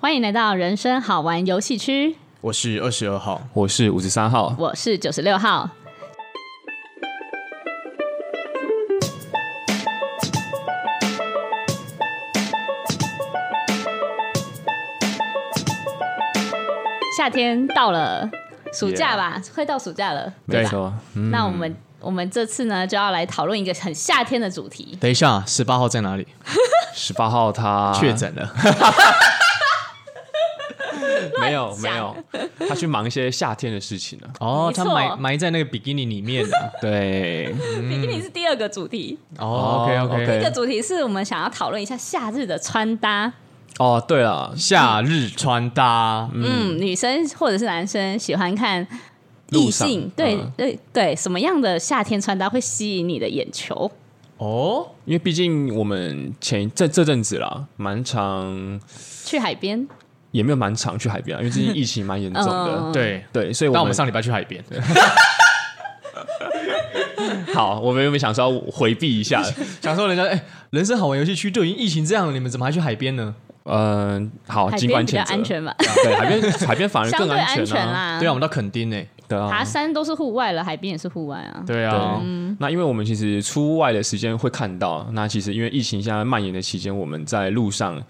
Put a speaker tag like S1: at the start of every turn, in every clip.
S1: 欢迎来到人生好玩游戏区，
S2: 我是二十二号，
S3: 我是五十三号，
S1: 我是九十六号。夏天到了，暑假吧，快到暑假了。
S3: 没
S2: 对
S3: 错。
S1: 那我们我们这次呢，就要来讨论一个很夏天的主题。
S2: 等一下，十八号在哪里？
S3: 十八号 他
S2: 确，诊了，
S3: 没有没有， 他去忙一些夏天的事情啊了。
S2: 哦
S1: 没，
S2: 他
S1: 错
S2: 埋埋在那个比基尼里面啊 的。
S3: 对，
S1: 比基尼是第二个主题，
S2: 哦，OK
S1: 第一
S2: OK，
S1: 个主题是我们想要讨论一下夏日的穿搭。
S3: 哦对了，
S2: 夏日穿搭，
S1: 嗯，女生或者是男生喜欢看
S3: 路
S1: 异
S3: 上
S1: 性，对、
S3: 嗯
S1: 对对，什么样的夏天穿搭会吸引你的眼球？
S2: 哦，
S3: 因为毕竟我们前这这阵子啦，蛮长
S1: 去海边，
S3: 也没有蛮长去海边啊，因为最近疫情蛮严重
S1: 嗯
S3: 的。
S2: 对。
S3: 对，所以我
S2: 但
S3: 们
S2: 我们上礼拜去海 边，
S3: 好，我们原本想说要回避一 下，
S2: 想说人家哎，人生好玩游戏区都已经疫情这样了，你们怎么还去海边呢？
S3: 嗯，好，
S1: 海
S3: 尽管
S1: 边比较
S3: 谴责
S1: 安，全吧，
S3: 对，海边海边反而
S1: 相
S3: 更
S1: 对 安全
S3: 全啊，
S1: 啦。
S2: 对啊，我们到垦丁呢。
S3: 对
S1: 爬
S3: 啊，
S1: 山都是户外了，海边也是户外啊。
S2: 对
S3: 对，那因为我们其实出外的时间会看到，那其实因为疫情现在蔓延的期间，我们在路上，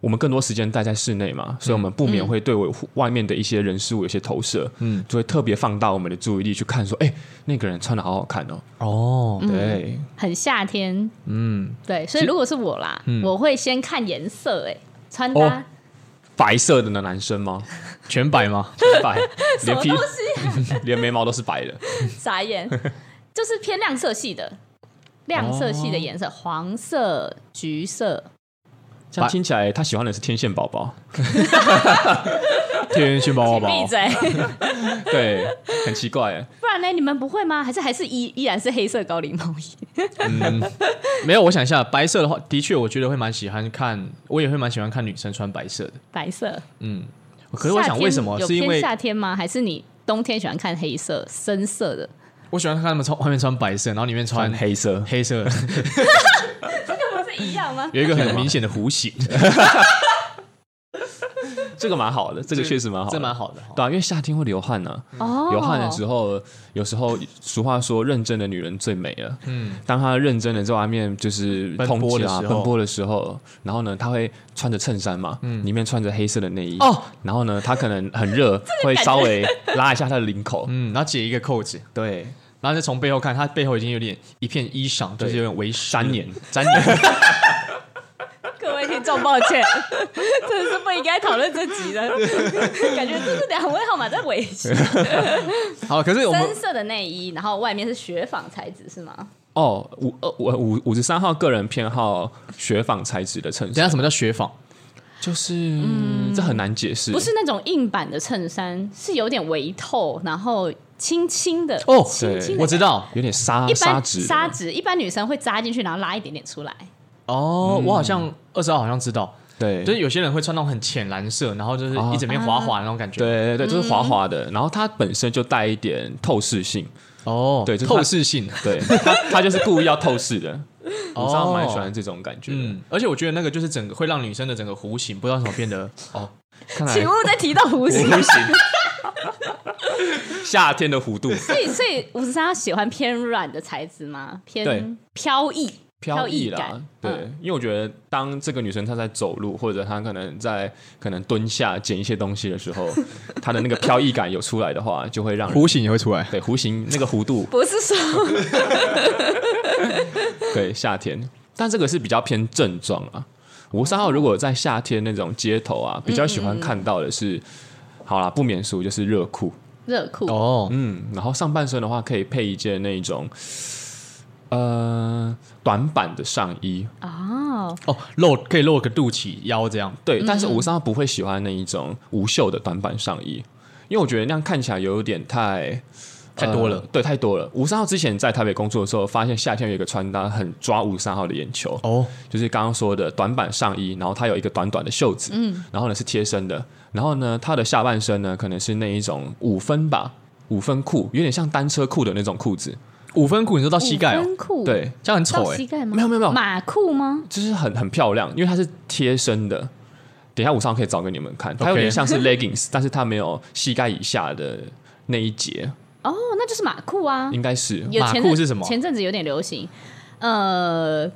S3: 我们更多时间待在室内嘛，所以我们不免会对我外面的一些人事物有些投射，嗯，就会特别放大我们的注意力去看，说，哎、那个人穿的好好 看哦，
S2: 哦，
S3: 对，
S1: 很夏天，嗯，对。所以如果是我啦，我会先看颜色、欸，哎，穿搭、
S3: 嗯哦白色的呢男生吗？
S2: 全白吗？
S3: 白，
S1: 什
S3: 连
S1: 么
S3: 皮
S1: 东西、啊？
S3: 连眉毛都是白的，
S1: 傻 眼，就是偏亮色系的，亮色系的颜色，黄色、橘色，
S3: 这样听起来他喜欢的是天线宝宝，
S2: 天线
S3: 哦
S1: 请
S2: 宝
S1: 闭
S2: 宝，
S1: 嘴。
S3: 对，很奇怪 耶，
S1: 不然呢？你们不会吗？还是还是依依然是黑色高领毛衣？
S2: 没有，我想一下，白色的话，的确我觉得会蛮喜欢看，我也会蛮喜欢看女生穿白色的。
S1: 白色。
S2: 可是我想为什么？
S1: 夏
S2: 是
S1: 天有
S2: 因
S1: 偏
S2: 为
S1: 夏天吗？还是你冬天喜欢看黑色、深色的？
S2: 我喜欢看他们穿外面穿白色，然后里面穿
S3: 穿黑色，
S2: 黑色，
S1: 不是一样吗？
S2: 有一个很明显的弧形，
S3: 这个蛮好的，这个确实蛮 好
S2: 这
S3: 的，
S2: 蛮好的。
S3: 对啊，因为夏天会流汗呢、啊。
S1: 哦，
S3: 流汗的时候，有时候俗话说“认真的女人最美了”。嗯，当她认真的在外面就是
S2: 奔
S3: 通
S2: 波
S3: 勤
S2: 的
S3: 啊、
S2: 时
S3: 奔
S2: 候
S3: 波的时候，然后呢，她会穿着衬衫嘛，里面穿着黑色的内衣
S2: 嗯哦，
S3: 然后呢，她可能 很热，会稍微拉一下她的领口。
S2: 嗯，然后解一个扣子，
S3: 对，
S2: 然后再从背后看，它背后已经有点一片衣裳，就是有点为
S3: 粘黏，
S2: 粘黏。
S1: 各位听众，抱歉， 真的是不应该讨论这集 的，感觉这是两位号码在维系。
S2: 好，可是我们
S1: 深色的内衣，然后外面是雪纺材质，是吗？
S3: 哦，五呃我五五十三号个人偏好雪纺材质的衬
S2: 等一
S3: 衫
S2: 下，什么叫雪纺？
S3: 就是、这很难解释。
S1: 嗯不是那种硬版的衬衫，是有点微透，然后轻轻的
S2: 哦
S1: 轻轻的
S2: 我知道
S3: 有点纱
S1: 一
S3: 纱
S1: 般
S3: 质的，
S1: 纱质，一般女生会扎进去，然后拉一点点出来。
S2: 哦，我好像二十号好像知道，
S3: 对，
S2: 就是有些人会穿那种很浅蓝色，然后就是一整片滑滑的那种感觉。，
S3: 对对对，就是滑
S1: 嗯
S3: 滑的，然后它本身就带一点透视性，
S2: 哦，
S3: 对就是它
S2: 透视性。
S3: 对，它它就是故意要透视的，我知道蛮喜欢这种感觉的。
S2: 嗯，哦而且我觉得那个就是整个会让女生的整个弧形不知道怎么变 得哦，
S3: 看来
S1: 请勿再提到胡须。
S3: 弧形，夏天的弧度，
S1: 所以，所以五十三喜欢偏软的材质吗？
S3: 对
S1: 偏飘逸，
S3: 飘
S1: 逸
S3: 逸
S1: 感嗯
S3: 啦。。对，因为我觉得当这个女生她在走路，或者她可能在可能蹲下捡一些东西的时候，她的那个飘逸感有出来的话，就会让人
S2: 形也会出来。
S3: 对弧形那个弧度
S1: 不是说
S3: 对，夏天，但这个是比较偏正装啊。五三号如果在夏天那种街头啊，比较喜
S1: 嗯
S3: 欢看到的是，好啦，不免俗就是热裤，
S1: 热裤，
S2: 哦，
S3: 嗯，然后上半身的话可以配一件那种，呃，短版的上衣，
S1: 哦，
S2: 哦，露可以露个肚脐腰这样。
S3: 对，但是五三号不会喜欢那一种无袖的短版上衣，因为我觉得那样看起来有点太。
S2: 太多了
S3: 呃对，太多了。五三号之前在台北工作的时候，发现夏天有一个穿搭很抓五三号的眼球，
S2: 哦，
S3: 就是刚刚说的短版上衣，然后它有一个短短的袖子，
S2: 嗯
S3: 然后呢是贴身的，然后呢它的下半身呢可能是那一种五分吧，五分裤，有点像单车裤的那种裤子，
S2: 五分裤你说到膝盖
S1: 五
S2: 哦，
S1: 分裤，
S3: 对，
S2: 这样很
S1: 到
S2: 丑哎
S1: 膝。盖吗？
S3: 没有没有没有
S1: 马裤吗？
S3: 就是很很漂亮，因为它是贴身的，等一下我上可以找给你们看，它有
S2: OK
S3: 点像是 leggings，但是它没有膝盖以下的那一节，
S1: 哦，那就是马裤啊，
S3: 应该是
S1: 有前
S2: 马
S1: 阵
S2: 裤是什么
S1: 前阵子有点流行，呃，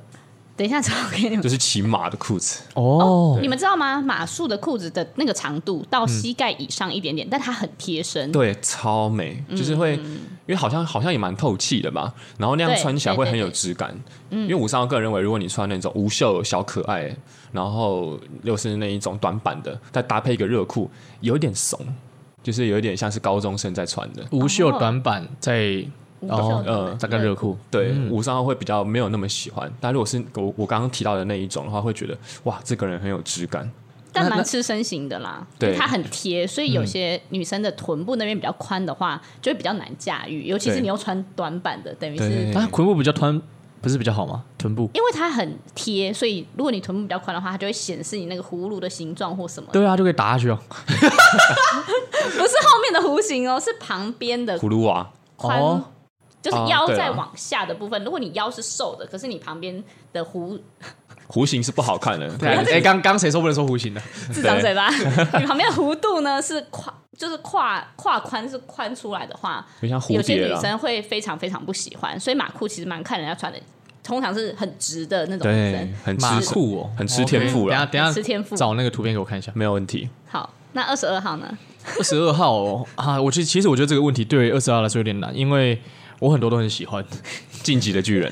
S1: 等一下找给你们
S3: 就是骑马的裤子。
S2: 哦
S1: 你们知道吗？马术的裤子的那个长度到膝盖以上一点点，但它很贴身。
S3: 对，超美，
S1: 嗯
S3: 就是会，因为好像好像也蛮透气的吧，然后那样
S1: 对
S3: 穿起来
S1: 对
S3: 会
S1: 对
S3: 很有
S1: 对嗯
S3: 质感。因为五三我个人认为，如果你穿那种无袖小可爱，然后又是那一种短版的，再搭配一个热裤，有一点怂，就是有一点像是高中生在穿的。
S2: 无袖短板在
S1: 无袖
S2: 哦
S1: 短
S2: 呃
S1: 板
S2: 再跟热裤，
S3: 对，五三号会比较没有那么喜欢，但如果是我我刚刚提到的那一种的话，会觉得哇，这个人很有质感。
S1: 但
S2: 那
S1: 蛮
S2: 那
S1: 吃身形的啦，
S3: 对嗯
S1: 就它很贴，所以有些女生的臀部那边比较宽的话，就会比较难驾驭，尤其是
S3: 对
S1: 你又穿短版的，等于是
S3: 对
S2: 但啊它臀部比较宽，不是比较好吗？臀部
S1: 因为它很贴，所以如果你臀部比较宽的话，它就会显示你那个葫芦的形状或什么的，
S2: 对啊，就可以打下去哦。
S1: 不是后面的弧形哦，是旁边的
S3: 葫芦娃，
S1: 宽，
S2: 哦
S1: 就是
S3: 哦
S1: 腰
S3: 对
S1: 再
S3: 啦
S1: 往下的部分。如果你腰是瘦的，可是你旁边的弧
S3: 弧形是不好看的，
S2: 对啊， 哎，刚刚谁说不能说弧形的？
S1: 智障嘴 巴，你旁边的弧度呢是跨，就是跨跨宽是宽出来的话，
S3: 有点像蝴
S1: 有些
S3: 蝶啊
S1: 女
S3: 啦。
S1: 生会非常非常不喜欢，所以马裤其实蛮看人家穿的，通常是很直的那种女
S3: 对
S1: 生。，
S3: 很
S2: 马
S3: 吃
S2: 裤哦，
S3: 很吃天赋
S2: OK，
S3: 啦
S2: 等一下
S1: 吃
S2: 等一
S1: 天赋
S2: 下找那个图片给我看一下。
S3: 没有问题。
S1: 好，那二十二号呢？
S2: 二十二号哦啊，我其实其实我觉得这个问题对二十二来说有点难，因为我很多都很喜欢。
S3: 晋级的巨人，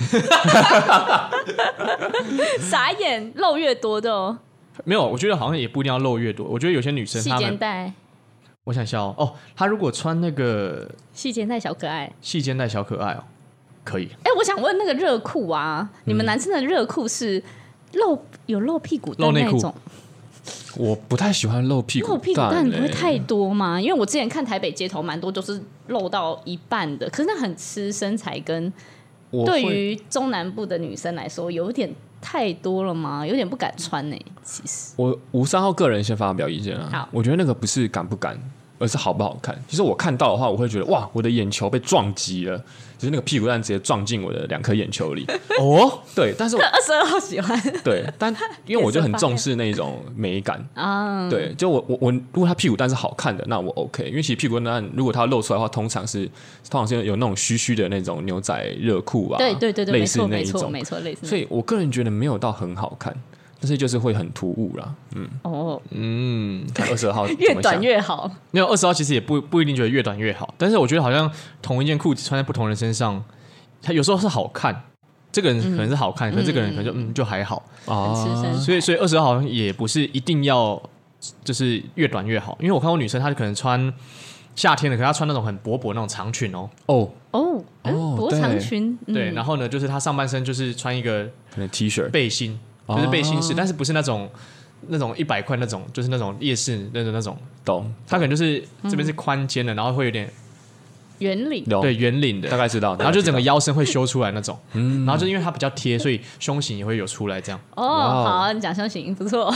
S1: 傻眼，露越多的哦，
S2: 没有，我觉得好像也不一定要露越多。我觉得有些女生
S1: 细
S2: 她
S1: 肩
S2: 们，
S1: 带，
S2: 我想一下哦，哦，她如果穿那个
S1: 细肩带小可爱。
S2: 细肩带小可爱哦，可以
S1: 哎、我想问那个热裤啊，
S3: 嗯
S1: 你们男生的热裤是露有露屁股蛋
S2: 露内
S1: 那
S2: 裤
S1: 种？
S3: 我不太喜欢露屁股
S1: 露屁股
S3: 蛋、
S1: 蛋
S3: 欸，
S1: 不会太多吗？因为我之前看台北街头蛮多都是露到一半的，可是那很吃身材跟
S3: 我
S1: 对
S3: 会
S1: 于中南部的女生来说有点太多了吗？有点不敢穿呢、其实
S3: 我吴三号个人先发表意见
S1: 好
S3: 啊。我觉得那个不是敢不敢，而是好不好看。其实我看到的话，我会觉得哇，我的眼球被撞击了，就是那个屁股蛋直接撞进我的两颗眼球里。
S2: 哦。
S3: 对，但是我
S1: 二十二号喜欢
S3: 对， 但因为我就很重视那种美感。
S1: 啊，
S3: 对，就我我我，如果他屁股蛋是好看的，那我 OK。因为其实屁股蛋如果它露出来的话，通常是通常是有那种虚虚的那种牛仔热裤啊，
S1: 对对对对，
S3: 类
S1: 没
S3: 似
S1: 错
S3: 那
S1: 没
S3: 一
S1: 错
S3: 种。
S1: 没错，类似那
S3: 所以我个人觉得没有到很好看，但是就是会很突兀啦。
S1: 哦，
S2: 嗯，
S3: 看二十 号
S1: 越短
S3: 越
S1: 越好，
S2: 没有二十号其实也不不一定觉得越短越好，但是我觉得好像同一件裤子穿在不同人身上，它有时候是好看。这个人可能是好看，可是这个人可能就嗯就还好，
S3: 啊
S1: 很吃身材。
S2: 所以所以二十号好像也不是一定要就是越短越好，因为我看过女生她可能穿夏天的，可是她穿那种很薄薄那种长裙哦，
S3: 哦，
S1: 哦，嗯
S3: 哦
S1: 薄
S3: 对
S1: 长裙，嗯
S2: 对，然后呢就是她上半身就是穿一个
S3: 可能 T 恤
S2: 背心，就是背心式，
S3: 哦
S2: 但是不是那种那种一百块那种，就是那种夜市那种那种，
S3: 懂，
S2: 它可能就是这边是宽肩的，然后会有点
S1: 圆领
S3: 懂
S2: 对圆领
S3: 大
S2: 的，
S3: 概知道，
S2: 然后就整个
S3: 大概知
S2: 腰身会修出来那种，然后就因为它比较贴，所以胸型也会有出来这样。
S1: 哦，
S3: 哇哦
S1: 好，你讲胸型不错，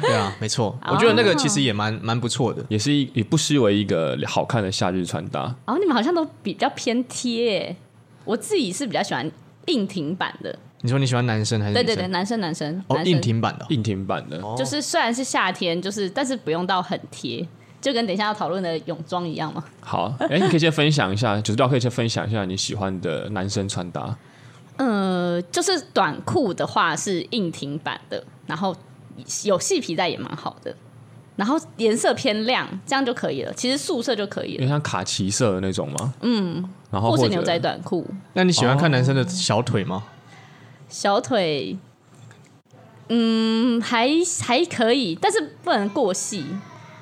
S2: 对啊， 没错，我觉得那个其实也蛮蛮不错的
S3: 道。也是一也不失为一个好看的夏日穿搭。
S1: 哦，你们好像都比较偏贴耶，我自己是比较喜欢硬挺版的，
S2: 你说你喜欢男生还是
S1: 对
S2: 女
S1: 对
S2: 生？
S1: 对，男生男生，
S2: 哦，
S1: 男
S2: 硬
S1: 生
S2: 挺版的哦，
S3: 硬挺版的，
S1: 就是虽然是夏天，就是但是不用到很贴，就跟等一下要讨论的泳装一样嘛。
S3: 好，哎，你可以先分享一下， 九十道啊可以先分享一下你喜欢的男生穿搭，
S1: 呃，就是短裤的话是硬挺版的，然后有细皮带也蛮好的，然后颜色偏亮，这样就可以了。其实素色就可以
S3: 有点
S1: 了，
S3: 像卡其色的那种吗？嗯，然后
S1: 或
S3: 或
S1: 是
S3: 者
S1: 牛仔短裤，
S2: 那你喜欢看男生的小腿吗？
S1: 小腿。嗯，还还可以，但是不能过细，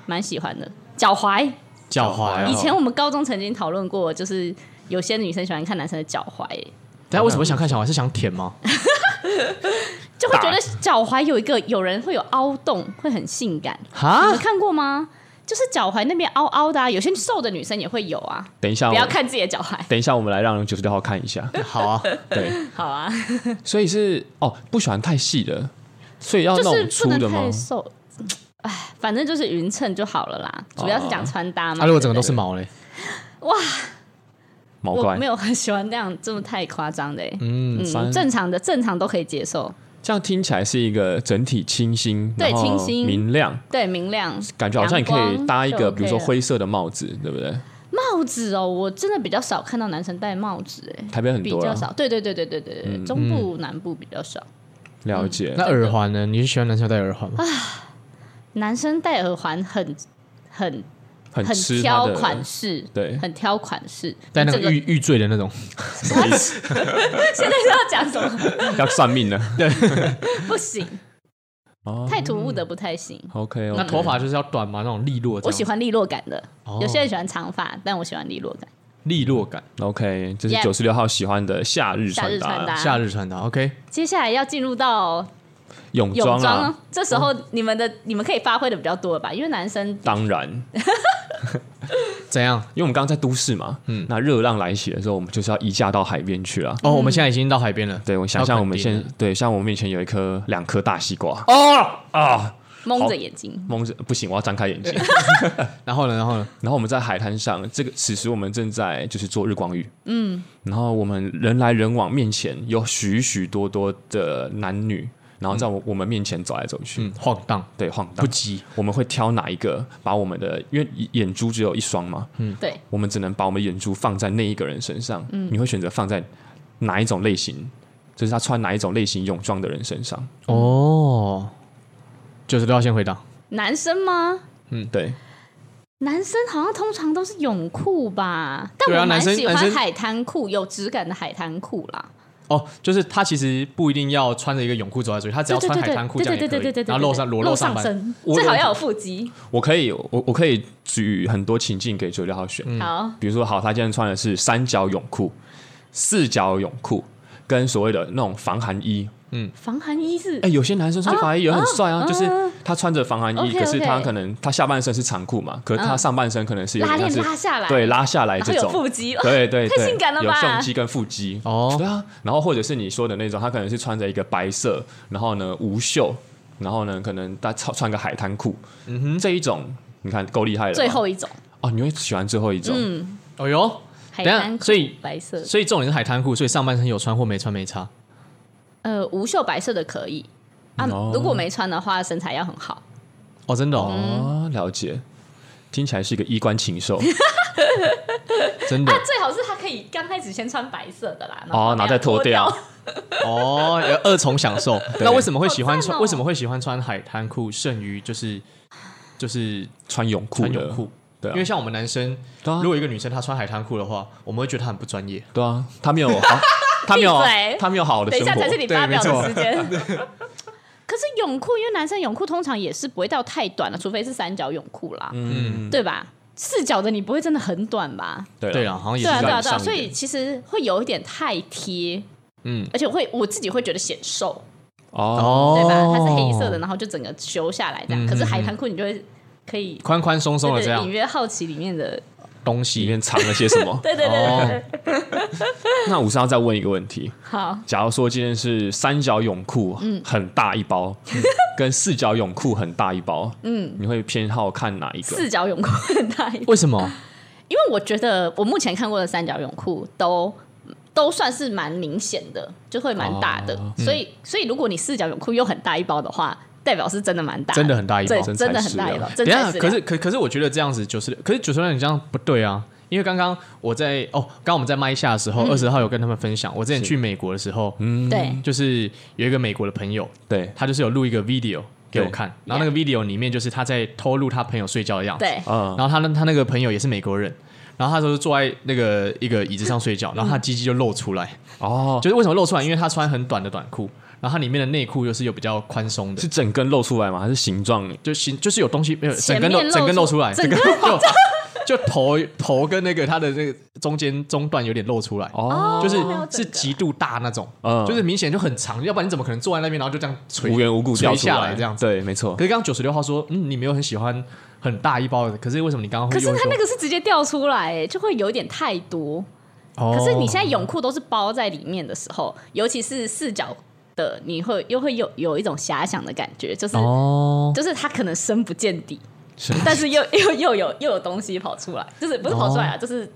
S1: 蛮喜欢的。脚踝，
S2: 脚踝
S1: 以
S2: 哦？
S1: 前我们高中曾经讨论过，就是有些女生喜欢看男生的脚踝、
S2: 大家为什么想看小踝？是想舔吗？
S1: 就会觉得脚踝有一个有人会有凹洞，会很性感。你
S2: 哈
S1: 们？看过吗？就是脚踝那边凹凹的、啊，有些瘦的女生也会有啊。
S3: 等一下，
S1: 不要
S3: 我
S1: 看自己的脚踝，
S3: 等一下，我们来让九十六号看一 下。
S2: 好啊，
S3: 对，
S1: 好啊，
S3: 所以是哦，不喜欢太细的，所以要那
S1: 就是
S3: 种
S1: 不
S3: 粗的
S1: 能
S3: 吗
S1: 太？瘦。哎，反正就是匀称就好了啦。主要是讲穿搭嘛。
S2: 啊那如果整个都是毛嘞？
S3: 毛
S1: 我
S3: 怪
S1: 没有很喜欢那样这么太夸张的、欸。
S2: 嗯，
S1: 嗯，
S3: 三
S1: 正常的正常都可以接受。
S3: 这样听起来是一个整体清新，
S1: 对
S3: 然后
S1: 清新
S3: 明亮，
S1: 对，明亮
S3: 感觉好像你可以搭一
S1: 阳
S3: 个，
S1: 光
S3: 比如
S1: 就
S3: 说
S1: OK 了
S3: 灰色的帽子，对不对？
S1: 帽子哦，我真的比较少看到男生戴帽子、哎，
S3: 台北很
S1: 比
S3: 多
S1: 较
S3: 啊，
S1: 少。对对对对对对对，中部南部比较少。嗯
S3: 了解。
S2: 那耳环呢？你是喜欢男生戴耳环吗？
S1: 男生戴耳环很很
S3: 很
S1: 很
S3: 吃它
S1: 挑
S3: 的
S1: 款式，
S3: 对
S1: 很挑款式。
S2: 戴那
S1: 这
S2: 个
S1: 个
S2: 玉玉坠的那种，
S1: 现在是要讲什么？
S3: 要算命的。
S1: 不行，
S3: 哦
S1: 太突兀的不太行。
S3: OK，
S2: 那头发就是要短嘛，那种利落这样。
S1: 我喜欢利落感的，
S2: 哦
S1: 有些人喜欢长发，但我喜欢利落感。
S2: 利落感，
S3: OK，这是
S1: Yeah
S3: 九十六号喜欢的夏日
S1: 夏日
S3: 穿
S1: 穿搭，
S2: 夏日穿搭。OK，
S1: 接下来要进入到
S3: 泳
S1: 泳
S3: 装
S1: 装
S3: 啊，
S1: 了。这时候
S2: 哦
S1: 你们的你们可以发挥的比较多了吧？因为男生
S3: 当然，
S2: 怎样？
S3: 因为我们刚刚在都市嘛，嗯，那热浪来袭的时候，我们就是要移驾到海边去了。
S2: 哦，我们现在已经到海边了。
S3: 对，我想象我们
S2: 到
S3: 现
S2: 垦
S3: 对，像我们以前有一颗两颗大西瓜，
S2: 丁了哦，
S1: 蒙着眼睛，
S3: 蒙着不行，我要张开 眼睛。
S2: 然后呢？然后呢？
S3: 然后我们在海滩上，这个此时我们正在就是做日光浴，嗯，然后我们人来人往，面前有许许多多的男女，然后在我我们面前走来走去，
S2: 嗯，晃荡
S3: 对，晃荡
S2: 不。羁，
S3: 我们会挑哪一个，把我们的因为眼珠只有一双嘛，
S1: 对，
S3: 我们只能把我们眼珠放在那一个人身上。你会选择放在哪一种类型？就是他穿哪一种类型泳装的人身上？
S2: 嗯哦，九十六号先回答。
S1: 男生吗？
S3: 对，
S1: 男生好像通常都是泳裤吧，
S2: 对
S1: 但
S2: 啊
S1: 我蛮
S2: 男生
S1: 喜
S2: 男
S1: 欢
S2: 生
S1: 海滩裤，有质感的海滩裤啦。
S2: 哦，就是他其实不一定要穿着一个泳裤走在水，他只要
S1: 对对
S2: 穿
S1: 对
S2: 海
S1: 对
S2: 滩裤
S1: 对
S2: 这样
S1: 对
S2: 也
S1: 对
S2: 可
S1: 对对对
S2: 以，
S1: 对，
S2: 然后露上裸
S1: 露
S2: 上半，
S1: 身，
S3: 我
S1: 最好要有腹肌。
S3: 我可以，我我可以举很多情境给九六号选。
S1: 好，
S3: 比如说，好，他今天穿的是三角泳裤、四角泳裤，跟所谓的那种防寒衣。
S1: 防寒衣是
S3: 哎、有些男生穿防寒衣也很帅啊，就是他穿着防寒衣，
S1: OK，OK 嗯
S3: 可是他可能他下半身是长裤嘛，可是他上半身可能是有
S1: 拉
S3: 点
S1: 链
S3: 像是
S1: 拉下来，
S3: 对，拉下来
S1: 然
S3: 这
S1: 后有
S3: 种。
S1: 腹肌，
S3: 对对对，
S1: 太性感了吧
S3: 有胸肌跟腹肌
S2: 哦
S3: 对啊。然后或者是你说的那种，他可能是穿着一个白色，然后呢无袖，然后呢可能他穿穿个海滩裤，嗯哼，这一种你看够厉害了吧。
S1: 最后一嗯种
S3: 哦，你会喜欢最后一种，
S2: 哦哟，
S1: 海
S2: 一下
S1: 滩裤，
S2: 所以
S1: 白色，
S2: 所以重点是海滩裤，所以上半身有穿或没穿没差。
S1: 呃，无袖白色的可以啊
S3: 哦。
S1: 如果没穿的话，身材要很好。
S2: 哦，真的哦，
S1: 嗯
S3: 哦，了解。听起来是一个衣冠 禽兽
S2: 真的
S1: 啊最好是他可以刚开始先穿白色的啦，
S3: 哦，然后再脱掉。
S2: 哦，有二重享 受。那为什么会喜欢
S1: 好赞
S2: 穿？
S1: 哦
S2: 为什么会喜欢穿海滩裤胜于就是就是
S3: 穿泳裤
S2: 穿
S3: 的
S2: 泳，裤？
S3: 对啊
S2: 因为像我们男生，
S3: 对啊
S2: 如果一个女生她穿海滩裤的话，我们会觉得她很不专业。
S3: 对啊，他没有 好，他没有
S1: 闭嘴
S3: 他没有好好的
S1: 等一
S3: 生
S1: 下才是
S3: 活，
S1: 你发表
S2: 对
S1: 的
S2: 没
S1: 时间。可是泳裤，因为男生泳裤通常也是不会到太短的，除非是三角泳裤啦，
S3: 嗯，
S1: 对吧？四角的你不会真的很短吧？
S3: 对
S2: 对
S3: 啊，
S2: 啊，好像也
S1: 对啊，
S2: 是
S1: 对
S2: 这
S1: 啊，
S2: 样。
S1: 对啊，
S3: 上一点
S1: 所以其实会有一点太贴，
S2: 嗯
S1: 嗯，而且会我自己会觉得显瘦，
S3: 哦，
S2: 哦嗯
S1: 对吧？它是黑色的，，然后就整个修下来这样。可是海滩裤你就会可以，
S2: 宽宽松松的
S1: 对
S2: 这
S1: 对，
S2: 样
S1: 隐约好奇里面的，
S2: 东
S3: 里
S2: 西。
S3: 面藏了些什么？
S1: 对对对对对，对
S3: 那五十号再问一个问题，
S1: 好，
S3: 假如说今天是三角泳裤，
S1: 嗯
S3: 很大 一包，跟四角泳裤很大一包，嗯，你会偏好看哪一个？
S1: 四角泳裤很大一
S2: 为什么？
S1: 因为我觉得我目前看过的三角泳裤都都算是蛮明显的，就会蛮大的，
S2: 嗯
S3: 哦
S1: 所以所以如果你四角泳裤又很大一包的话，代表是真的蛮大，
S2: 真的很大一包
S1: 对
S2: 真
S1: 真的
S3: 材
S1: 很
S3: 实
S1: 大一
S3: 料
S1: 包，
S2: 等
S1: 真
S2: 一
S1: 材
S2: 下，
S1: 实
S2: 可是
S1: 料
S2: 可可是我觉得这样子九十六，可是九十六你这样不对啊，因为刚刚我在哦，刚刚我们在麦下的时候，
S1: 嗯
S2: 二十号有跟他们分享，我之前去美国的时候，嗯，
S1: 对
S2: 就是有一个美国的朋友，
S3: 对，
S2: 他就是有录一个 video 给我看，然后那个 video 里面就是他在偷录他朋友睡觉的样子，
S1: 对，
S3: 嗯
S2: 然，后他那他那个朋友也是美国人。然后他就是坐在那个一个椅子上睡
S1: 嗯
S2: 觉，然后他鸡鸡就露出来，
S3: 哦，
S2: 就是为什么露出来？因为他穿很短的短裤，然后他里面的内裤又是有比较宽松的
S3: 是，整根露出来吗？还是形状？
S2: 就形就是有东西没有整
S1: 前
S2: 根
S1: 面
S2: 露
S1: 露
S2: 整根露
S1: 出
S2: 出来，
S1: 整根
S2: 就 就头头跟那个它的那个中间中段有点露出来，
S3: 哦，
S2: 就是
S1: 没有整
S2: 是
S1: 个
S2: 极度大那种，
S3: 嗯
S2: 就是明显就很长，要不然你怎么可能坐在那边然后就这样垂
S3: 无缘无故掉
S2: 垂
S3: 出
S2: 下来这样子？
S3: 对，没错
S2: 可。是刚刚九十六号说，嗯，你没有很喜欢很大一包的，可是为什么你刚刚
S1: 可
S2: 会
S1: 是
S2: 用
S1: 它
S2: 说
S1: 那个是直接掉出来、就会有点太多。
S2: 哦
S1: 可是你现在泳裤都是包在里面的时候，尤其是四角的，你会又会有有一种遐想的感觉，就是、
S2: 哦，
S1: 就是它可能深不见底，
S3: 是
S1: 但是又又又有又有东西跑出来，就是不是跑出来啊，就是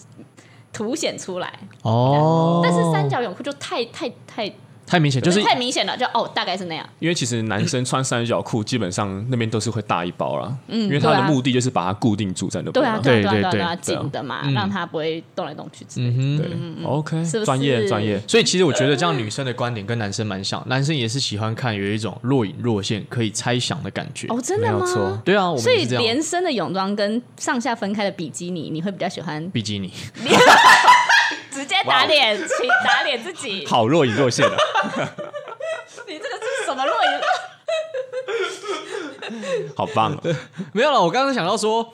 S1: 凸显出来。
S2: 哦，
S1: 但是三角泳裤就太太太
S2: 太明显，就是
S1: 太明显了，就哦，大概是那样。
S3: 因为其实男生穿三角裤，基本上那边都是会大一包啦。嗯，因为他
S1: 对
S3: 的
S1: 啊
S3: 目的就是把它固定住在那边
S1: 对
S3: 啊。
S1: 啊，对啊，对
S2: 对
S1: 啊，
S2: 对嗯
S1: 对啊，
S3: 对
S1: 紧的嘛，让它不会动来动去之类的。
S2: 嗯哼。
S3: 对，OK，
S1: 是不是
S3: 专业专业。
S2: 所以其实我觉得这样女生的观点跟男生蛮像，男生也是喜欢看有一种若隐若现、可以猜想的感觉。
S1: 哦，真
S3: 没
S1: 的
S3: 有
S1: 吗
S3: 错？
S2: 对啊，我们
S1: 所以
S2: 也是这样。
S1: 连身的泳装跟上下分开的比基尼，你会比较喜欢？
S2: 比基尼，
S1: 直接打脸，请打脸自己。
S3: 好若隐若现
S2: 啊
S3: 的，
S1: 你这个是什么落 影？
S3: 好棒哦！
S2: 没有了。我刚刚想到说，嗯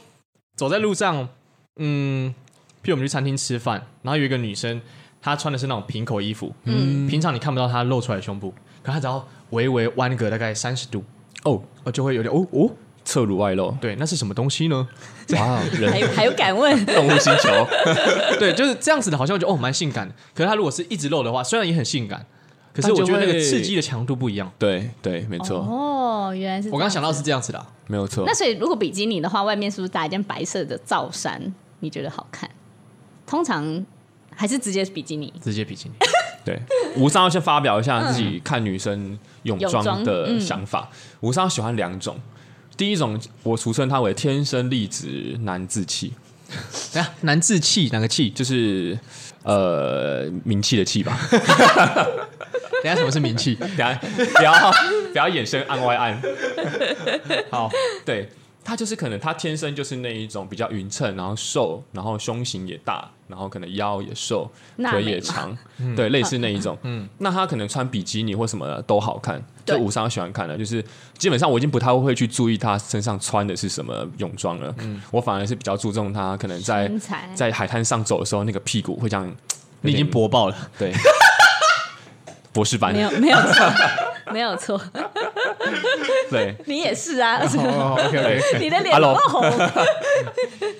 S2: 走在路上，嗯，譬如我们去餐厅吃饭，然后有一个女生，她穿的是那种平口衣服，嗯，平常你看不到她露出来的胸部，可她只要微微弯个大概三十度，
S3: 哦，
S2: 哦，就会有点哦哦，
S3: 侧乳外露，
S2: 对，那是什么东西呢？
S3: 哇，
S1: 还
S3: 人
S1: 有还有敢问？
S3: 动物星球，
S2: 对，就是这样子的，好像我觉得哦蛮性感的。可是她如果是一直露的话，虽然也很性感，可是
S3: 但就
S2: 我觉得那个
S3: 会
S2: 刺激的强度不一样。
S3: 对对，没错，
S1: 哦，原来是这样子
S2: 我刚刚想到是。这样子的啊、
S3: 没有错
S1: 那。所以如果比基尼的话，外面是不是搭一件白色的罩衫？你觉得好看？通常还是直接比基尼。
S2: 直接比基尼。
S3: 对，吴三要先发表一下自己看女生泳
S1: 嗯泳
S3: 装
S1: 装嗯
S3: 的想法。吴三喜欢两种，第一种我俗称它为天生丽质难自弃，
S2: 哎呀，男志气哪个气？
S3: 就是呃名气的气吧。
S2: 等一下什么是名气？
S3: 等下不要不要眼神按外按。
S2: 好，
S3: 对他就是可能他天生就是那一种比较匀称，然后瘦，然后胸型也大，然后可能腰也瘦，
S1: 娜
S3: 腿
S1: 美
S3: 也
S1: 嘛
S3: 长， 对，类似那一种。嗯，那他可能穿比基尼或什么的都好看，
S1: 对
S3: 这五三喜欢看的，就是基本上我已经不太会去注意他身上穿的是什么泳装了，我反而是比较注重他可能在
S1: 身材
S3: 在海滩上走的时候那个屁股会这样，
S2: 你已经
S3: 有
S2: 勃爆了。
S3: 点对。博士班
S1: 没有没有错，没有错，
S3: 对，
S1: 你也是 啊，而且
S2: 哦，OK
S3: 对
S1: 你的脸
S3: Hello
S1: 那么红，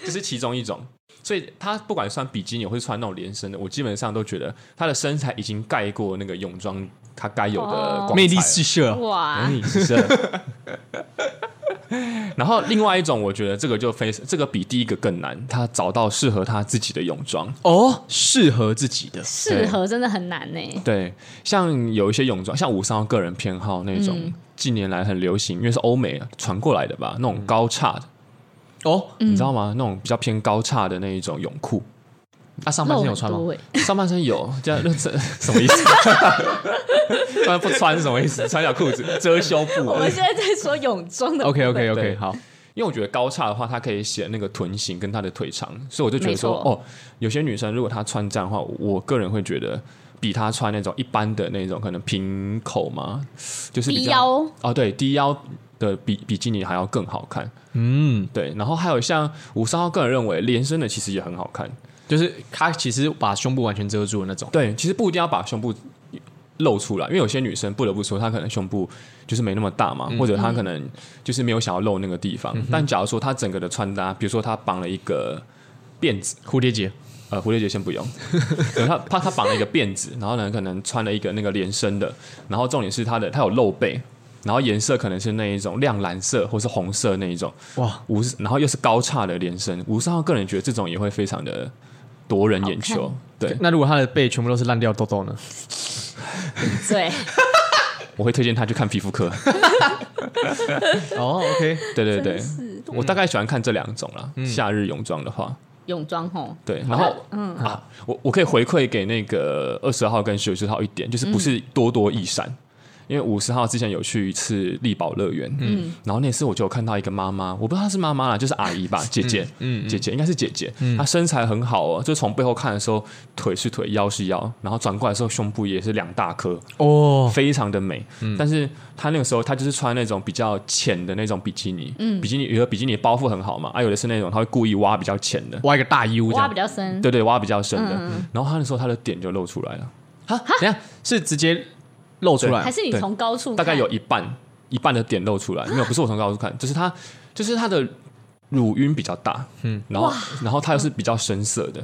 S3: 这是其中一种。所以他不管穿比基尼或是穿那种连身的，我基本上都觉得他的身材已经盖过那个泳装他该有的
S1: 哦
S3: 光彩了
S2: 魅力四射。
S1: 哇
S3: 魅，力四射。 然后另外一种，我觉得这个就非这个比第一个更难，他找到适合他自己的泳装。
S2: 哦，适合自己的。
S1: 适合真的很难呢。
S3: 对，像有一些泳装，像五三个人偏好那种，近年来很流行，因为是欧美传过来的吧，那
S2: 嗯
S3: 种高叉的，
S2: 哦，
S3: 你知道吗？那种比较偏高叉的那一种泳裤，啊
S2: 他、上半
S1: 露
S2: 身
S1: 很
S2: 有穿吗？
S1: 多欸
S3: 上半身有，这样这 什么意思？不然不穿是什么意思？穿小裤子遮羞布
S1: 我
S3: 啊、
S1: 们现在在说泳装的
S2: OK OK
S3: 对
S2: OK，好，
S3: 因为我觉得高叉的话，它可以显那个臀型跟她的腿长，所以我就觉得说
S1: 没，错
S3: 哦，有些女生如果她穿这样的话，我个人会觉得比她穿那种一般的那种可能平口嘛，就是比
S1: 低
S3: 较
S1: 腰
S3: 哦，对，低腰的比比基尼还要更好看。
S2: 嗯，
S3: 对，然后还有像五三号，个人认为连身的其实也很好看。
S2: 就是他其实把胸部完全遮住的那种。
S3: 对，其实不一定要把胸部露出来，因为有些女生不得不说，她可能胸部就是没那么大嘛，或者
S1: 嗯
S3: 她可能就是没有想要露那个地方。但假如说她整个的穿搭，比如说她绑了一个辫子，
S2: 蝴蝶结，
S3: 呃，蝴蝶结先不用，可能她怕她绑了一个辫子，然后呢可能穿了一个那个连身的，然后重点是她的她有露背。然后颜色可能是那一种亮蓝色或是红色那一种，
S2: 哇，
S3: 五十然后又是高叉的连身，五十号个人觉得这种也会非常的夺人眼
S1: 好
S3: 球
S1: 看，
S3: 对，
S2: 那如果他的背全部都是烂掉痘痘呢？
S1: 对，
S3: 我会推荐他去看皮肤科。
S2: 哦，OK，
S3: 对对对，我大概喜欢看这两种啦。夏日泳装的话，
S1: 泳装吼，
S3: 对，然后嗯啊，我我可以回馈给那个二十号跟十九号一点，就是不是多多益善。因为五十号之前有去一次力宝乐园，嗯，然后那次我就有看到一个妈妈，我不知道她是妈妈啦，就是阿姨吧，姐姐，嗯，姐姐应该是姐姐，她身材很好哦，就从背后看的时候，腿是腿，腰是腰，然后转过来的时候，胸部也是两大颗，
S2: 哦，
S3: 非常的美。但是她那个时候她就是穿那种比较浅的那种比基尼，比基尼有的比基尼包覆很好嘛，啊，有的是那种她会故意挖比较浅的，
S2: 挖一个大 U 这
S1: 挖
S2: 样
S1: 比。较深，
S3: 对对，挖比较深的。然后她那时候她的点就露出来了，
S2: 哈， 等一下是直接露出来
S1: 还，是你
S3: 对
S1: 从高处
S3: 大概
S1: 看
S3: 有一半一半的点露出来，没有，不是我从高处看，就是她就是她的乳晕比较大，嗯，然后然后她又是比较深色的，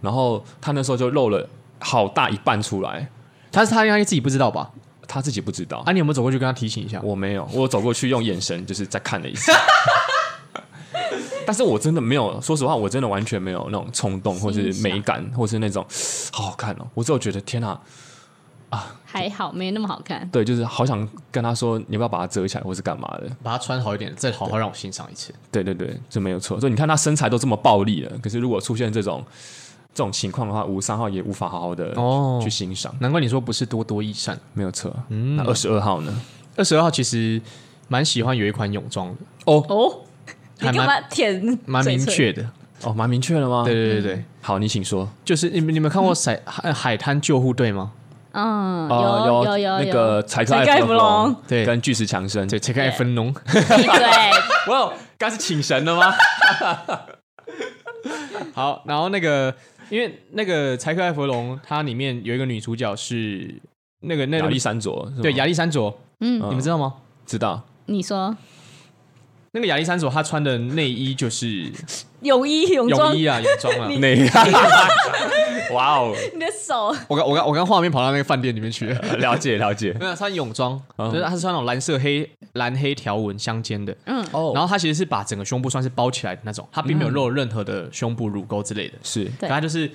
S3: 然后她那时候就露了好大一半出来，
S2: 他是他应该自己不知道吧？
S3: 她自己不知道
S2: 啊，，你有没有走过去跟他提醒一下？
S3: 我没有，我走过去用眼神就是再看了一次。 但是我真的没有，说实话，我真的完全没有那种冲动，或是美感，或是那种好好看哦。我只有觉得天哪、啊，
S1: 还好没那么好看。
S3: 对，就是好想跟他说，你要不要把它折起来，或是干嘛的？
S2: 把它穿好一点，再好好让我欣赏一次。
S3: 对对对，这没有错。所以你看他身材都这么暴力了，可是如果出现这种这种情况的话，五十三号也无法好好的
S2: 哦
S3: 去欣赏，
S2: 难怪你说不是多多益善。
S3: 没有错。
S1: 嗯
S3: 那二十二号呢？
S2: 二十二号其实蛮喜欢有一款泳装的，
S1: 哦， 你
S2: 还
S1: 干
S2: 蛮
S1: 嘛舔？
S2: 蛮明确的。
S3: 哦，蛮明确了吗？
S2: 对，对对对，
S3: 好，你请说。
S2: 就是你们你们看过海海海滩救护队吗？
S1: 嗯，
S3: 哦
S1: 有有有
S3: 那 个柴克
S1: 柴克
S3: 艾
S1: 艾弗
S3: 隆
S1: 隆，
S2: 对
S3: 跟巨石强森，
S2: 对，切开分农。
S1: 有闭嘴，
S3: 哇哦，该是请神 了吗？
S2: 好，然后那个，因为那个《柴克艾弗隆》，它里面有一个女主角是那个那
S3: 亚
S2: 个
S3: 历山卓，是吗
S2: 对亚历山卓，
S1: 嗯，
S2: 你们知道吗？
S3: 知 道
S1: 你说
S2: 那个亚历山卓她穿的内衣就是
S1: 泳衣泳装
S2: 泳，衣啊，泳装啊。
S1: 你
S3: 那 哇哦，
S1: 你的手
S2: 我刚我刚我刚画面跑到那个饭店里
S1: 嗯
S2: 面去了。
S3: 了解了解
S2: 没有她穿泳装，
S1: 哦
S3: 嗯
S2: 就是她是穿那种蓝色黑蓝黑条纹相间的，
S1: 嗯
S3: 哦
S2: 然后她其实是把整个胸部算是包起来的那种，她并没有露任何的胸部、乳沟之类的，
S3: 是
S1: 对
S2: 可她就是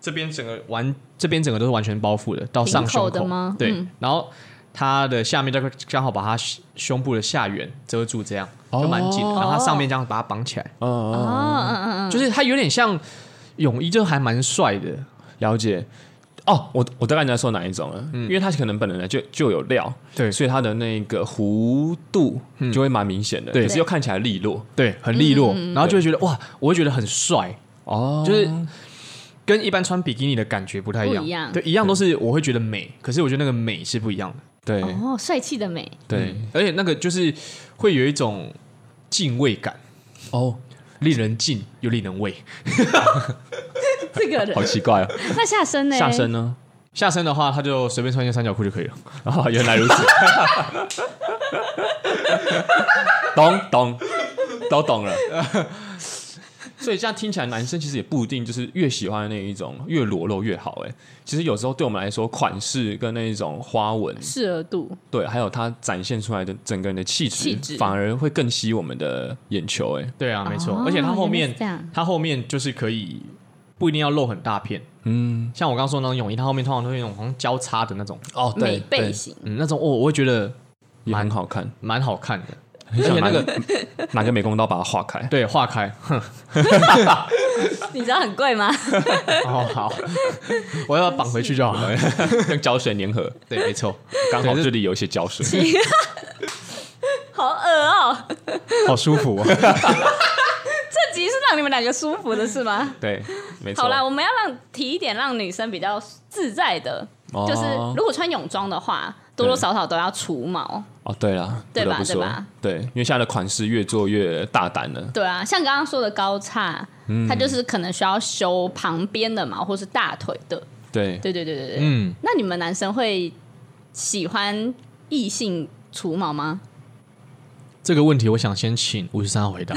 S2: 这边整个完，这边整个都是完全包覆的，到上胸
S1: 平口的吗
S2: 对，
S1: 嗯
S2: 然后她的下面大概刚好把她胸部的下缘遮住，这样就蛮紧的，然后她上面这样把它绑起来，
S3: 嗯嗯
S1: 哦，
S3: 嗯
S1: 嗯嗯嗯，
S2: 就是她有点像泳衣，就还蛮帅的，
S3: 了解。哦，我我大概你在说哪一种了？因为他可能本人就就有料，
S2: 对
S3: 所以他的那个弧度就会蛮明显的，
S2: 对
S3: 可是又看起来利落
S2: 对，很利落，
S1: 嗯
S2: 然后就会觉得哇，我会觉得很帅，
S3: 哦
S2: 就是跟一般穿比基尼的感觉不太一样，
S1: 不一样
S2: 对，一样都是我会觉得美，可是我觉得那个美是不一样的，
S3: 对
S1: 哦，帅气的美，
S3: 对
S2: 嗯而且那个就是会有一种敬畏感，
S3: 哦，
S2: 令人敬又令人畏。
S1: 这个人
S3: 好奇怪哦。
S1: 那下身呢？
S3: 下身呢？
S2: 下身的话，他就随便穿一件三角裤就可以了。
S3: 啊，原来如此， 懂懂都懂了。 所以这样听起来，男生其实也不一定就是越喜欢那一种越裸露越好。哎，其实有时候对我们来说，款式跟那一种花纹，
S1: 适额度，
S3: 对，还有它展现出来的整个人的气
S1: 气
S3: 质，
S1: 质
S3: 反而会更吸我们的眼球。哎，
S2: 对啊，没错。
S1: 哦
S2: 而且他后
S1: 原来
S2: 面
S1: 是这样，
S2: 他后面就是可以不一定要露很大片。嗯，像我刚刚说的那种泳衣，它后面通常都是那种好像交叉的那种，
S3: 哦
S1: 美背型，
S2: 嗯，那种哦，我会觉得
S3: 也很好看，
S2: 蛮好看的。
S3: 而
S2: 而且那个
S3: 拿个美工刀把它划开。
S2: 对化开，哼，
S1: 你知道很贵吗？
S2: 哦好，我要把它绑回去就好 了。
S3: 用胶水粘合，
S2: 对，没错，
S3: 刚好
S2: 对
S3: 这里有一些胶水。
S1: 好恶哦！
S2: 好舒服啊。
S1: 这集是让你们两个舒服的是吗？
S3: 对，没错。
S1: 好啦，我们要让提一点让女生比较自在的，
S3: 哦
S1: 就是如果穿泳装的话，多多少少都要除毛。
S3: 哦，对啦，
S1: 对
S3: 不得
S1: 吧
S3: 不
S1: 对
S3: 说
S1: 吧
S3: 对，因为现在的款式越做越大胆了。
S1: 对啊，像刚刚说的高叉，
S3: 嗯
S1: 它就是可能需要修旁边的毛或是大腿的。
S3: 对，
S1: 对对对对对。
S2: 嗯，
S1: 那你们男生会喜欢异性除毛吗？
S2: 这个问题我想先请五十三回答。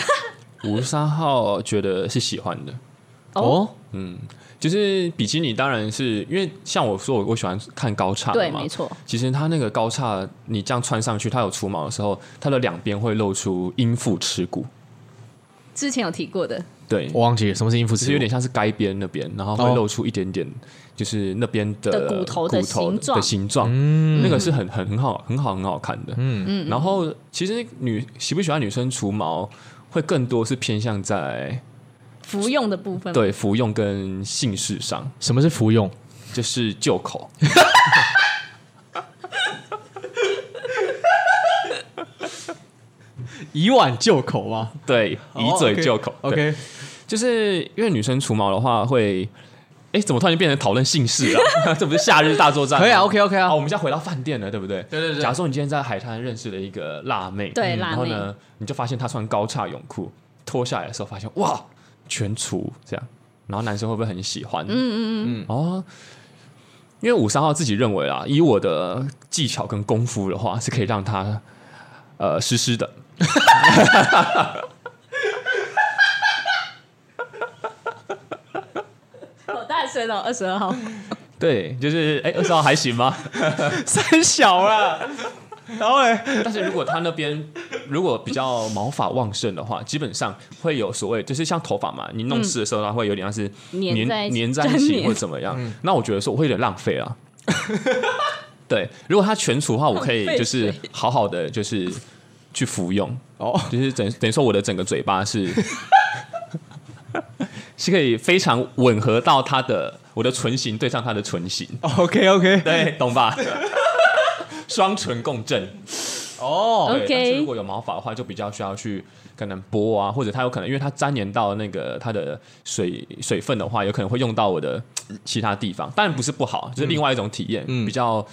S3: 五十三号觉得是喜欢的，
S2: 哦，
S3: 就是比基尼当然是因为像我说我我喜欢看高叉的
S1: 对，
S3: 嘛
S1: 没。错。
S3: 其实它那个高叉，你这样穿上去，它有除毛的时候，它的两边会露出阴腹耻骨，
S1: 之前有提过的，
S3: 对，
S2: 我忘记了什么是音符
S3: 只
S2: 词，
S3: 是有点像是该边那边，然后会
S2: 哦
S3: 露出一点点，就是那边的
S1: 的骨头的形状
S3: 的形状，
S2: 嗯
S3: 那个是很很很好很好很好看的。嗯嗯。然后其实
S1: 嗯
S3: 女喜不喜欢女生除毛，会更多是偏向在
S1: 服用的部分。
S3: 对服用跟性事上，
S2: 什么是服用？
S3: 就是就口。
S2: 以碗就口 吗？哦
S3: 对，以嘴就口。对
S2: OK，
S3: 就是因为女生除毛的话会。哎，怎么突然就变成讨论姓氏了、 这不是夏日大作战吗？
S2: 可以啊，OK OK 啊
S3: 啊，我。们现在回到饭店了，对不对？
S2: 对对对
S3: 假如说你今天在海滩认识了一个辣妹，嗯
S1: 对辣
S3: 然后
S1: 妹
S3: 呢，你就发现她穿高叉泳裤，脱下来的时候发现哇，全除这样，然后男生会不会很喜欢？嗯嗯嗯，哦。因为五三号自己认为啦，以我的技巧跟功夫的话，是可以让他呃湿湿的。
S1: 好大声哦，二十二号。
S3: 对，就是哎，二十号还行吗？
S2: 三小啦。 然后嘞，
S3: 但是如果他那边如果比较毛发旺盛的话，基本上会有所谓，就是像头发嘛，你弄湿的时候，它会有点像是
S1: 粘在一起
S3: 粘在一
S1: 粘
S3: 起
S1: 黏
S3: 或者怎么样。那我觉得说我会有点浪费啊，对，如果它全除的话，我可以
S1: 浪费
S3: 就是
S1: 水
S3: 好好的就是去服用，
S2: 哦，
S3: 就是等等于说我的整个嘴巴是是可以非常吻合到它的我的唇形对上它的唇形，
S2: OK OK，
S3: 对，懂吧？双唇共振。
S2: 哦
S3: 对
S1: OK
S3: 但是如果有毛发的话，就比较需要去可能剥啊，或者它有可能因为它粘连到那个它的水水分的话，有可能会用到我的嗯其他地方。当然不是不好，就是另外一种体验，
S2: 嗯
S3: 比较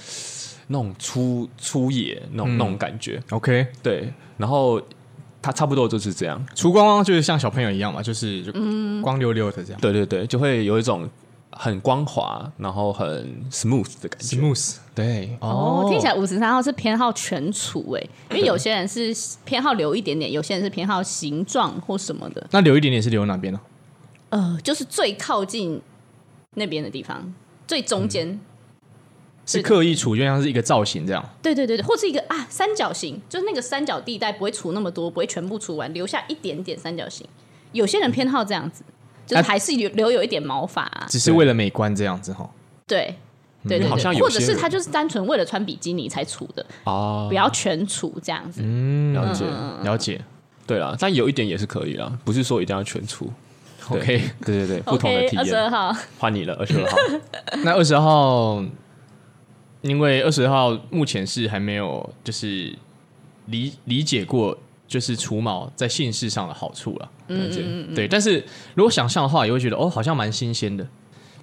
S3: 那种粗粗野那
S1: 嗯
S3: 种、那种感觉。
S2: ，OK，
S3: 对，然后它差不多就是这样。
S2: 除光光就是像小朋友一样嘛，就是就光溜溜的这样
S3: 对对对，就会有一种很光滑，然后很 smooth 的感觉。
S2: ，smooth。
S3: 对，
S1: 哦，听起来五十三号是偏好全除哎、因为有些人是偏好留一点点，有些人是偏好形状或什么的，
S2: 那留一点点是留哪边呢？
S1: 呃，就是最靠近那边的地方，最中间，
S2: 是刻意处，就像是一个造型这样。
S1: 对对对对，或是一个啊三角形，就是那个三角地带不会除那么多，不会全部除完，留下一点点三角形。有些人偏好这样子，就是
S3: 啊
S2: 哎
S1: 还是留留有一点毛发、啊，
S2: 只是为了美观这样子哈。
S1: 对。对
S3: 因
S1: 对
S3: 为好像
S1: 对，
S3: 有
S1: 或
S3: 些
S1: 者
S3: 人
S1: 是他就是单纯为了穿比基尼才除的，
S3: 啊
S1: 不，要全除这样
S3: 嗯
S1: 子。
S3: 了解。
S2: 了解
S3: 对了，但有一点也是可以啦，不是说一定要全出。对
S2: ，OK。
S3: 对对对，不同的
S1: OK，
S3: 体
S1: 二十
S3: 验
S1: 二。号，
S3: 换你了，二十二号。
S2: 那二十号，因为二十号目前是还没有就是理理解过，就是除毛在性事上的好处了。
S3: 了解。
S2: 对，但是如果想象的话，也会觉得哦，好像蛮新鲜的。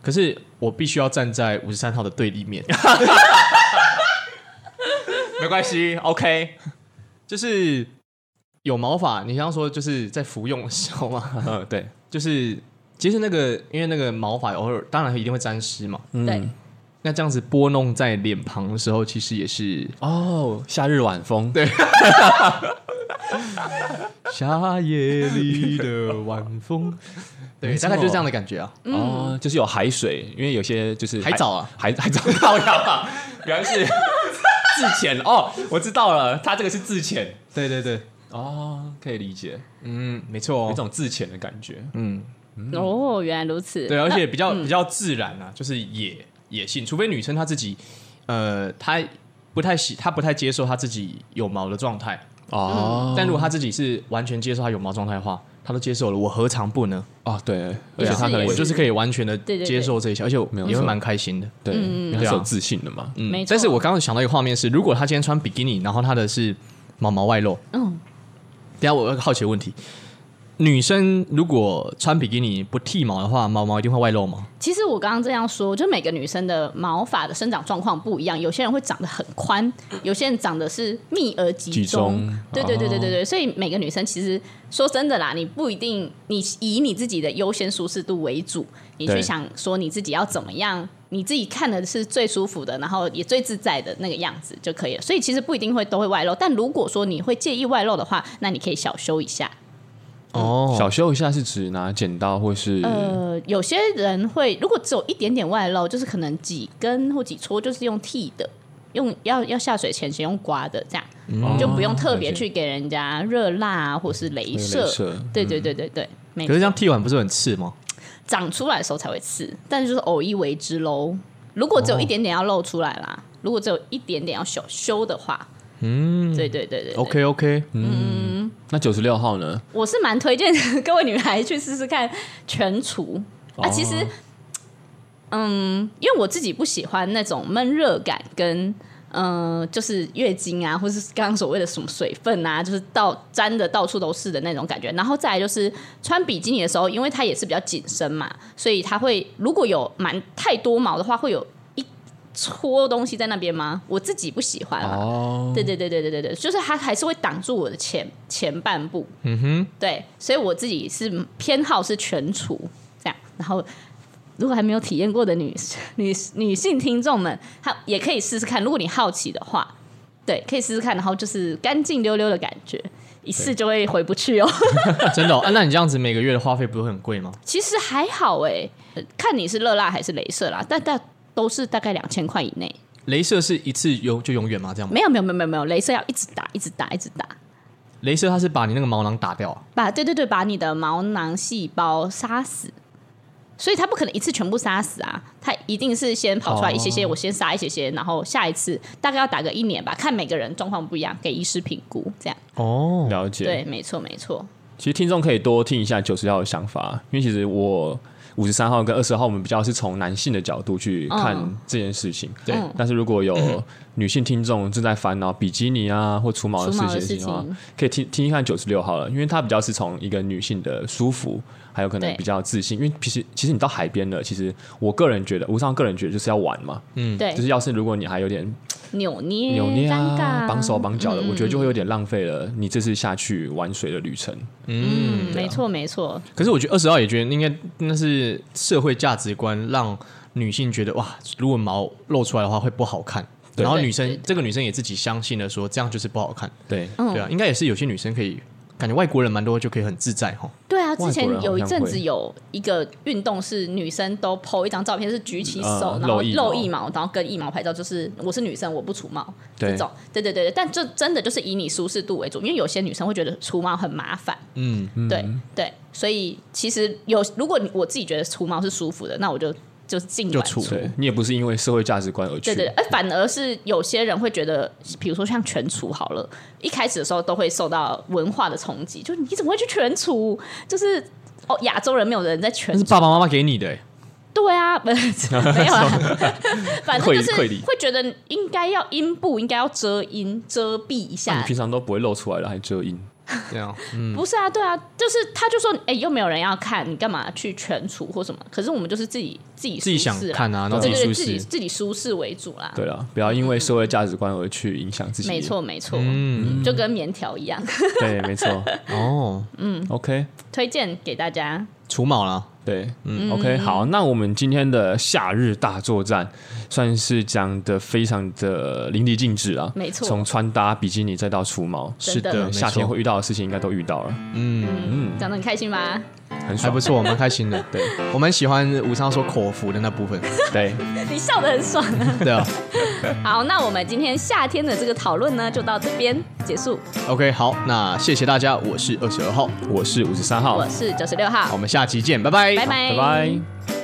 S2: 可是我必须要站在五十三号的对立面。没关系，OK，就是有毛发，你刚刚说就是在服用的时候嘛，
S3: 嗯，对，
S2: 就是其实那个因为那个毛发偶尔当然一定会沾湿嘛，
S3: 嗯
S1: 对，
S2: 那这样子拨弄在脸庞的时候，其实也是
S3: 哦，夏日晚风，对，
S2: 夏夜里的晚 风，对，大概就是这样的感觉啊。
S3: 哦，就是有海水，因为有些就是
S2: 海藻啊，
S3: 海 海藻漂亮啊，原来是自潜哦，我知道了，它这个是自潜
S2: 对对对，
S3: 哦，可以理解，
S2: 嗯，没错、
S3: 有一
S2: 哦，
S3: 种自潜的感觉，
S2: 嗯，
S1: 哦，原来如此。
S3: 啊
S2: 对，而且比较、比较自然啊，就是野野性，除非女生她自己，呃，她不太喜，她不太接受她自己有毛的状态，
S3: 哦
S2: 但如果她自己是完全接受她有毛状态的话，她都接受了，我何尝不呢？
S3: 哦，对，而且
S1: 啊是
S3: 它可能
S2: 我
S3: 也
S1: 也
S2: 就
S3: 就是是
S2: 可以完全的
S1: 对对对
S2: 接受这一些，而且我
S3: 没有
S2: 也会
S3: 错
S2: 蛮开心的。
S3: 对，因为它
S2: 对啊
S3: 是有自信的嘛，嗯，
S1: 没错。
S2: 但是我刚刚想到一个画面是，如果她今天穿比基尼，然后她的是毛毛外露，
S1: 嗯，
S2: 等一下我有个好奇的问题：女生如果穿比基尼不剃毛的话，毛毛一定会外露吗？
S1: 其实我刚刚这样说，就每个女生的毛发的生长状况不一样，有些人会长得很宽，有些人长得是密而集中。
S3: 集中
S1: 对对对对对对，所以每个女生其实说真的啦，你不一定你以你自己的优先舒适度为主，你去
S3: 对
S1: 想说你自己要怎么样，你自己看的是最舒服的，然后也最自在的那个样子就可以了。所以其实不一定会都会外露，但如果说你会介意外露的话，那你可以小修一下。
S2: 哦
S3: 小修一下是指拿剪刀或是
S1: 呃，有些人会如果只有一点点外露，就是可能几根或几撮，就是用剃的，用要要下水前先用刮的，这样、
S3: 哦嗯
S1: 就不用特别去给人家热辣啊，或是镭射。
S3: 镭射
S1: 对对对对对，没
S2: 可是这
S1: 错
S2: 样剃完不是很刺吗？
S1: 长出来的时候才会刺，但是就是偶一为之喽。如果只有一点点要露出来啦，如果只有一点点要修修的话，嗯，对对对对对
S2: OK OK，
S3: 那九十六号呢？
S1: 我是蛮推荐各位女孩去试试看全除啊。其实，嗯，因为我自己不喜欢那种闷热感跟。嗯、就是月经啊，或是刚刚所谓的什么水分啊，就是到沾的到处都是的那种感觉。然后再来就是穿比基尼的时候，因为它也是比较紧身嘛，所以它会如果有蛮太多毛的话，会有一撮东西在那边吗？我自己不喜欢啊。
S3: 哦，
S1: 对对对对对对对，就是它还是会挡住我的前前半部。嗯哼，对，所以我自己是偏好是全除这样。然后，如果还没有体验过的女女女性听众们，她也可以试试看。如果你好奇的话，对，可以试试看。然后就是干净溜溜的感觉，一试就会回不去哦。
S2: 真的、哦啊？那你这样子每个月的花费不是很贵吗？
S1: 其实还好哎、呃看你是热辣还是镭射啦，但但都是大概两千块以内。
S2: 镭射是一次永就永远吗？这样吗？
S1: 没有没有没有没有没有，镭射要一直打一直打一直打。
S2: 镭射它是把你那个毛囊打掉啊、
S1: 把对对对，把你的毛囊细胞杀死。所以他不可能一次全部杀死啊，他一定是先跑出来一些些，
S3: 哦
S1: 我先杀一些些，然后下一次大概要打个一年吧，看每个人状况不一样，给医师评估这样。
S2: 哦，
S3: 了解。
S1: 对，没错，没错。
S3: 其实听众可以多听一下九十号的想法，因为其实我五十三号跟二十号，我们比较是从男性的角度去看
S1: 嗯
S3: 这件事情。
S2: 对
S1: 嗯
S3: 但是如果有女性听众正在烦恼比基尼啊或除毛的
S1: 除
S3: 事
S1: 毛
S3: 情
S1: 的
S3: 的
S1: 事
S3: 情况
S1: 情，
S3: 可以听听一看九十六号了，因为它比较是从一个女性的舒服，还有可能
S1: 对
S3: 比较自信。因为其实其实你到海边了，其实我个人觉得，吴尚个人觉得就是要玩嘛，
S1: 对
S3: 嗯就，是要是如果你还有点
S1: 扭捏、
S3: 扭捏
S1: 尴
S3: 啊、
S1: 尬、
S3: 绑手绑脚的，
S1: 嗯
S3: 我觉得就会有点浪费了你这次下去玩水的旅程。
S1: 嗯，
S3: 啊
S1: 没错，没错。
S2: 可是我觉得二十号也觉得应该那是社会价值观让女性觉得哇，如果毛露出来的话会不好看。
S3: 对
S2: 然后
S1: 对
S2: 女
S1: 对
S2: 生
S1: 对
S2: 这个女生也自己相信了，说这样就是不好看，
S3: 对，
S1: 嗯
S2: 对啊，应该也是有些女生可以，感觉外国人蛮多就可以很自在哈。
S1: 对啊，
S3: 国
S1: 之前
S3: 人好
S1: 有一
S3: 像
S1: 阵
S3: 会
S1: 子有一个运动是女生都 PO 一张照片，是举起手，
S3: 呃
S1: 然后
S3: 露腋
S1: 露
S3: 毛
S1: 腋毛，然后跟腋毛拍照，就是我是女生，我不除毛
S3: 对
S1: 这种。对对对对，但这真的就是以你舒适度为主，因为有些女生会觉得除毛很麻烦，
S2: 嗯，
S1: 对对，所以其实有，如果你我自己觉得除毛是舒服的，那我就就是尽
S2: 就
S1: 管
S2: 除
S1: 除。
S3: 对你也不是因为社会价值观而去，
S1: 对对，对而反而是有些人会觉得，比如说像全厨好了，一开始的时候都会受到文化的冲击，就你怎么会去全厨？就是哦，亚洲人没有人在全
S2: 那是
S1: 厨，
S2: 爸爸妈妈给你的、欸，
S1: 对啊， 不 是没有啊，反正就是
S3: 愧礼
S1: 会觉得应该要阴部应该要遮阴遮蔽一
S3: 那
S1: 下
S3: 你，平常都不会露出来了，还遮阴，
S2: 这样，
S1: 不是啊，对啊，就是他就说，哎、又没有人要看，你干嘛去全厨或什么？可是我们就是自己自己
S2: 自己想
S1: 舒适啊
S2: 看啊，然后自
S1: 对
S2: 己
S1: 对对，
S2: 舒
S1: 自己
S2: 适，
S1: 自己舒适为主啦，
S3: 对了，不要因为社会价值观而去影响自己，
S1: 嗯没，错没错，
S2: 嗯，
S1: 就跟棉条一样，
S3: 对，没错
S2: 哦，
S1: 嗯
S3: ，OK，
S1: 推荐给大家。
S2: 除毛啦，
S3: 对，嗯，OK，好，那我们今天的夏日大作战算是讲的非常的淋漓尽致啊，
S1: 没错
S3: 从穿搭比基尼再到除毛，
S1: 真的
S2: 是的
S3: 对
S2: 没错
S3: 夏天会遇到的事情应该都遇到了，
S1: 讲得很开心吧？
S2: 还
S3: 很爽，
S2: 不错，蛮开心的。
S3: 对
S2: 我蛮喜欢吴昌说口服的那部分，
S3: 对，
S1: 你笑得很爽、
S2: 对啊。
S1: 好，那我们今天夏天的这个讨论呢，就到这边结束。
S2: OK，好，那谢谢大家，我是二十二号，
S3: 我是五十三号，
S1: 我是九十六号
S2: 我，们下期见，拜拜，
S1: 拜拜
S3: 拜拜。